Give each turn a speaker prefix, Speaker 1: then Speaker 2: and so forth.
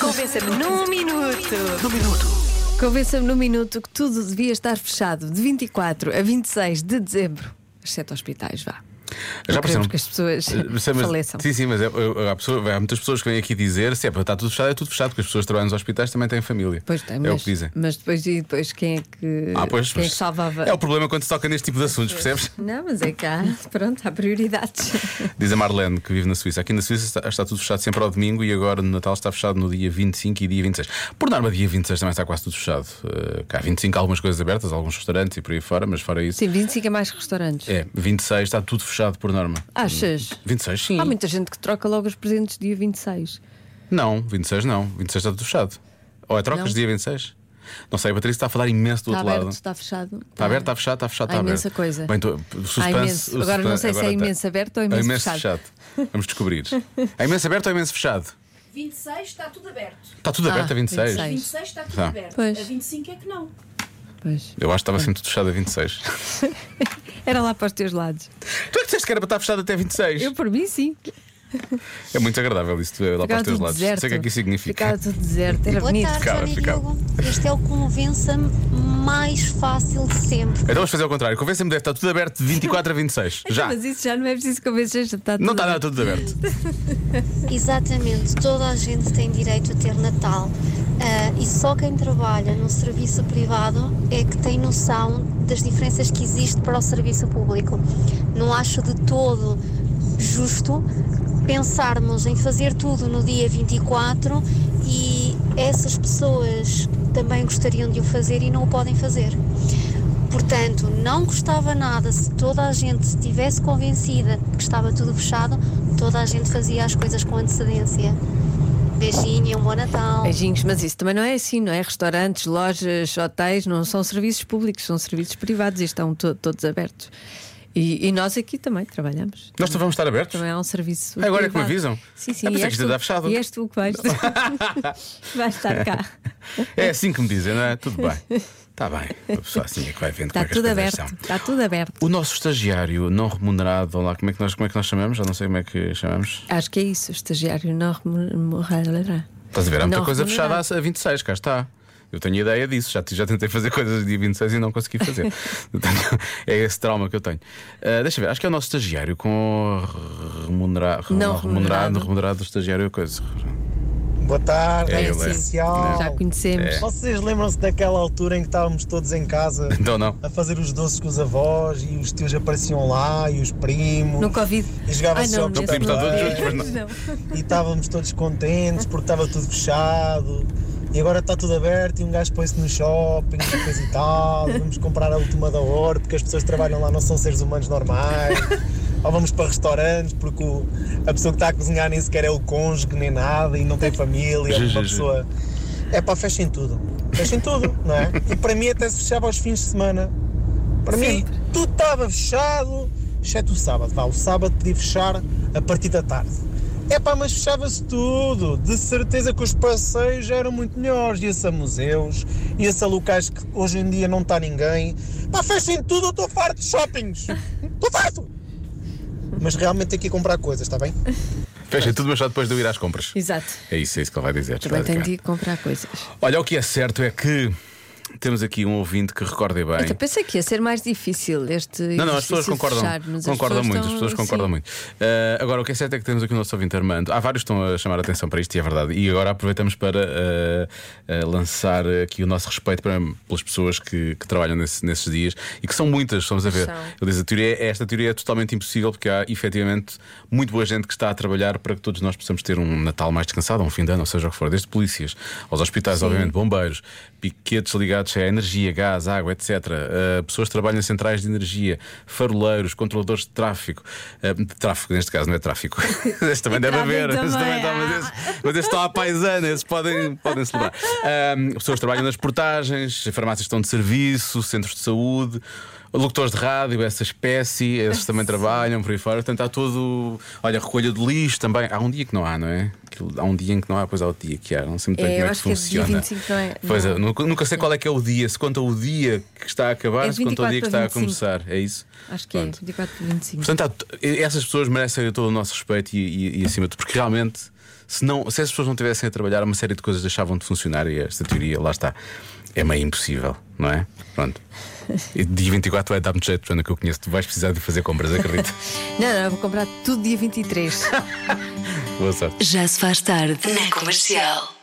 Speaker 1: Convença-me num minuto.
Speaker 2: No minuto.
Speaker 1: Convença-me num minuto que tudo devia estar fechado de 24 a 26 de dezembro, exceto hospitais, vá.
Speaker 3: Já
Speaker 1: Não queremos
Speaker 3: percebemos
Speaker 1: que as pessoas
Speaker 3: Eh, sei, mas-
Speaker 1: faleçam.
Speaker 3: Sim, sim, mas é- eu- eu- há, pessoa- há muitas pessoas que vêm aqui dizer: se é para estar tudo fechado, é tudo fechado, porque as pessoas que trabalham nos hospitais também têm família.
Speaker 1: Pois tem,
Speaker 3: é
Speaker 1: mas,
Speaker 3: o que dizem.
Speaker 1: mas depois, e depois quem é que,
Speaker 3: Ah, pois,
Speaker 1: quem é
Speaker 3: mas
Speaker 1: que salvava?
Speaker 3: É o problema quando se toca neste tipo de assuntos, percebes?
Speaker 1: Não, mas é cá, pronto, há prioridades.
Speaker 3: Diz a Marlene que vive na Suíça. Aqui na Suíça está, está tudo fechado sempre ao domingo e agora no Natal está fechado no dia 25 e dia 26. Por norma, dia 26 também está quase tudo fechado. Eh, cá há 25 há algumas coisas abertas, alguns restaurantes e por aí fora, mas fora isso.
Speaker 1: Sim, 25 é mais restaurantes.
Speaker 3: É, 26 está tudo fechado por norma.
Speaker 1: Achas?
Speaker 3: 26 sim.
Speaker 1: Ah, Há muita gente que troca logo os presentes dia 26.
Speaker 3: Não, 26 não. 26 está tudo fechado. Ou é trocas
Speaker 1: Não.
Speaker 3: dia 26? Não sei, a Patrícia está a falar imenso do
Speaker 1: Está
Speaker 3: outro
Speaker 1: aberto,
Speaker 3: lado.
Speaker 1: está fechado.
Speaker 3: Está aberto, está fechado, está fechado,
Speaker 1: Há
Speaker 3: está aberto.
Speaker 1: imensa coisa.
Speaker 3: Bem, então, o suspense,
Speaker 1: imenso.
Speaker 3: o
Speaker 1: Agora
Speaker 3: suspense-
Speaker 1: não sei se é
Speaker 3: agora tá- está-
Speaker 1: imenso aberto ou imenso fechado.
Speaker 3: Vamos descobrir. É imenso aberto ou imenso fechado?
Speaker 4: 26 está tudo aberto.
Speaker 3: Está tudo aberto
Speaker 1: Ah,
Speaker 3: a 26.
Speaker 1: 26.
Speaker 4: 26 está tudo
Speaker 3: Tá.
Speaker 4: aberto.
Speaker 1: Pois.
Speaker 4: A 25 é que não.
Speaker 1: Pois.
Speaker 3: Eu acho que estava sempre tudo fechado a 26.
Speaker 1: Era lá para os teus lados.
Speaker 3: tu é que disseste que era para estar fechado até 26.
Speaker 1: Eu, por mim, sim.
Speaker 3: É muito agradável isso é, lá para
Speaker 1: Ficava
Speaker 3: os teus
Speaker 1: tudo
Speaker 3: lados. Não
Speaker 1: deserto.
Speaker 3: sei o que é que isso significa.
Speaker 1: Ficava tudo deserto, era
Speaker 5: Boa
Speaker 1: bonito.
Speaker 5: tarde,
Speaker 3: Ficava,
Speaker 5: Johnny
Speaker 3: ficava.
Speaker 5: Diogo. Este é o Convença-me mais fácil de sempre.
Speaker 3: Então vamos fazer ao contrário. Convença-me, deve estar tudo aberto de 24 a 26. Já.
Speaker 1: Mas isso já não é preciso convencer, já está tudo.
Speaker 3: Não tá. está nada tudo aberto.
Speaker 5: Exatamente, toda a gente tem direito a ter Natal. Ah, e só quem trabalha num serviço privado é que tem noção das diferenças que existe para o serviço público. Não acho de todo justo pensarmos em fazer tudo no dia 24 e essas pessoas também gostariam de o fazer e não o podem fazer. Portanto, não custava nada se toda a gente estivesse convencida de que estava tudo fechado, toda a gente fazia as coisas com antecedência. Beijinho, e um bom Natal.
Speaker 1: Beijinhos, mas isso também não é assim, não é? Restaurantes, lojas, hotéis, não são serviços públicos, são serviços privados e estão to- todos abertos. E, e nós aqui também trabalhamos.
Speaker 3: Nós também vamos estar abertos?
Speaker 1: Também é um serviço.
Speaker 3: Agora é que me
Speaker 1: privado.
Speaker 3: avisam?
Speaker 1: Sim, sim.
Speaker 3: Ah, pensei
Speaker 1: e
Speaker 3: que
Speaker 1: és
Speaker 3: isto
Speaker 1: tu-
Speaker 3: está fechado.
Speaker 1: E és tu que vais. vais estar cá.
Speaker 3: É assim que me dizem, não é? Tudo bem. Está bem. A pessoa assim é que vai vendo
Speaker 1: Está
Speaker 3: como é que
Speaker 1: Tá
Speaker 3: as
Speaker 1: tudo aberto.
Speaker 3: coisas são.
Speaker 1: Está tudo aberto.
Speaker 3: O nosso estagiário não remunerado, ou lá, como é que nós, como é que nós chamamos? Já não sei como é que chamamos.
Speaker 1: Acho que é isso, estagiário não remunerará.
Speaker 3: Estás a ver? Há muita
Speaker 1: Não
Speaker 3: coisa
Speaker 1: remunerado.
Speaker 3: fechada a 26, cá está. Eu tenho ideia disso, já, já tentei fazer coisas dia 26 e não consegui fazer. Portanto, é esse trauma que eu tenho. Ah, deixa eu ver, acho que é o nosso estagiário com remunerado,
Speaker 1: Não
Speaker 3: remunerado,
Speaker 1: remunerado.
Speaker 3: remunerado estagiário, coisa.
Speaker 6: Boa tarde,
Speaker 3: É,
Speaker 6: é,
Speaker 3: ele é.
Speaker 6: especial.
Speaker 1: Já conhecemos.
Speaker 6: Vocês lembram-se daquela altura em que estávamos todos em casa
Speaker 3: Então não.
Speaker 6: a fazer os doces com os avós e os tios apareciam lá e os primos
Speaker 1: No Covid.
Speaker 6: e jogava
Speaker 1: Ai,
Speaker 6: só
Speaker 1: nesse
Speaker 3: podíamos estar todos juntos, mas não.
Speaker 6: e estávamos todos contentes porque estava tudo fechado e agora está tudo aberto e um gajo põe-se no shopping e coisa e tal e vamos comprar a última da hora porque as pessoas que trabalham lá não são seres humanos normais ou vamos para restaurantes porque o- a pessoa que está a cozinhar nem sequer é o cônjuge nem nada e não tem família é
Speaker 3: Ju, ju,
Speaker 6: uma
Speaker 3: ju.
Speaker 6: pessoa é pá, fechem tudo fechem tudo, não é? e para mim até se fechava aos fins de semana para mim tudo estava fechado exceto o sábado, vá, o sábado podia fechar a partir da tarde é pá, mas fechava-se tudo. De certeza que os passeios eram muito melhores. Ia-se a museus, ia-se a locais que hoje em dia não está ninguém. Pá, fechem tudo, eu estou farto de shoppings. Estou farto! Mas realmente tem que ir comprar coisas, está bem?
Speaker 3: Fecha tudo, mas só depois de eu ir às compras.
Speaker 1: Exato.
Speaker 3: É isso, é isso que ele vai dizer.
Speaker 1: Também tem de
Speaker 3: basicamente.
Speaker 1: ir comprar coisas.
Speaker 3: Olha, o que é certo é que temos aqui um ouvinte que recorda bem.
Speaker 1: Eu Então, pensei que ia ser mais difícil este.
Speaker 3: Não, não, as pessoas
Speaker 1: exercício de
Speaker 3: concordam.
Speaker 1: fechar, mas as
Speaker 3: concordam
Speaker 1: pessoas
Speaker 3: muito,
Speaker 1: estão- assim.
Speaker 3: as pessoas
Speaker 1: sim.
Speaker 3: concordam muito. Eh, agora, o que é certo é que temos aqui o nosso ouvinte Armando. Há vários que estão a chamar a atenção para isto e é verdade. E agora aproveitamos para eh, eh, lançar aqui o nosso respeito para, pelas pessoas que, que trabalham nesse- nesses dias e que são muitas, estamos a ver.
Speaker 1: São.
Speaker 3: Ele diz: a teoria, esta teoria é totalmente impossível porque há efetivamente muito boa gente que está a trabalhar para que todos nós possamos ter um Natal mais descansado, um fim de ano, ou seja o que for, desde polícias, aos hospitais, obviamente, bombeiros, piquetes ligados a energia, gás, água, etc. Uh, pessoas que trabalham em centrais de energia, faroleiros, controladores de tráfego. Uh, de tráfego, neste caso, não é tráfico. Esse também deve
Speaker 1: tráfego
Speaker 3: haver. Esse
Speaker 1: também,
Speaker 3: também está, mas
Speaker 1: ah.
Speaker 3: esse- mas esses estão à paisana, esses podem, podem celebrar. Ahm, pessoas que trabalham nas portagens, farmácias que estão de serviço, centros de saúde, locutores de rádio, essa espécie, esses também trabalham por aí fora. Portanto, há todo. Olha, recolha de lixo também. Há um dia que não há, não é? Aquilo- Há um dia em que não há, depois há outro dia que há. Não sei muito
Speaker 1: É,
Speaker 3: bem
Speaker 1: eu
Speaker 3: como é que
Speaker 1: acho que é dia
Speaker 3: funciona.
Speaker 1: 25, não é?
Speaker 3: Pois é,
Speaker 1: Não.
Speaker 3: nunca, nunca sei qual é que é o dia. Se conta o dia que está a acabar,
Speaker 1: É
Speaker 3: se conta o dia
Speaker 1: 24
Speaker 3: que está
Speaker 1: para
Speaker 3: a
Speaker 1: 25.
Speaker 3: começar. É isso?
Speaker 1: Acho que é, 24 para 25.
Speaker 3: Portanto, há- essas pessoas merecem todo o nosso respeito e, e- e acima de tudo, porque realmente se, não, se as pessoas não estivessem a trabalhar, uma série de coisas deixavam de funcionar e esta teoria, lá está, é meio impossível, não é? Pronto. E Dia 24 vai dar-me jeito, Joana, que eu conheço. Tu vais precisar de fazer compras, acredito.
Speaker 1: Não, não, eu vou comprar tudo dia 23.
Speaker 3: Boa sorte.
Speaker 2: Já se faz tarde na comercial.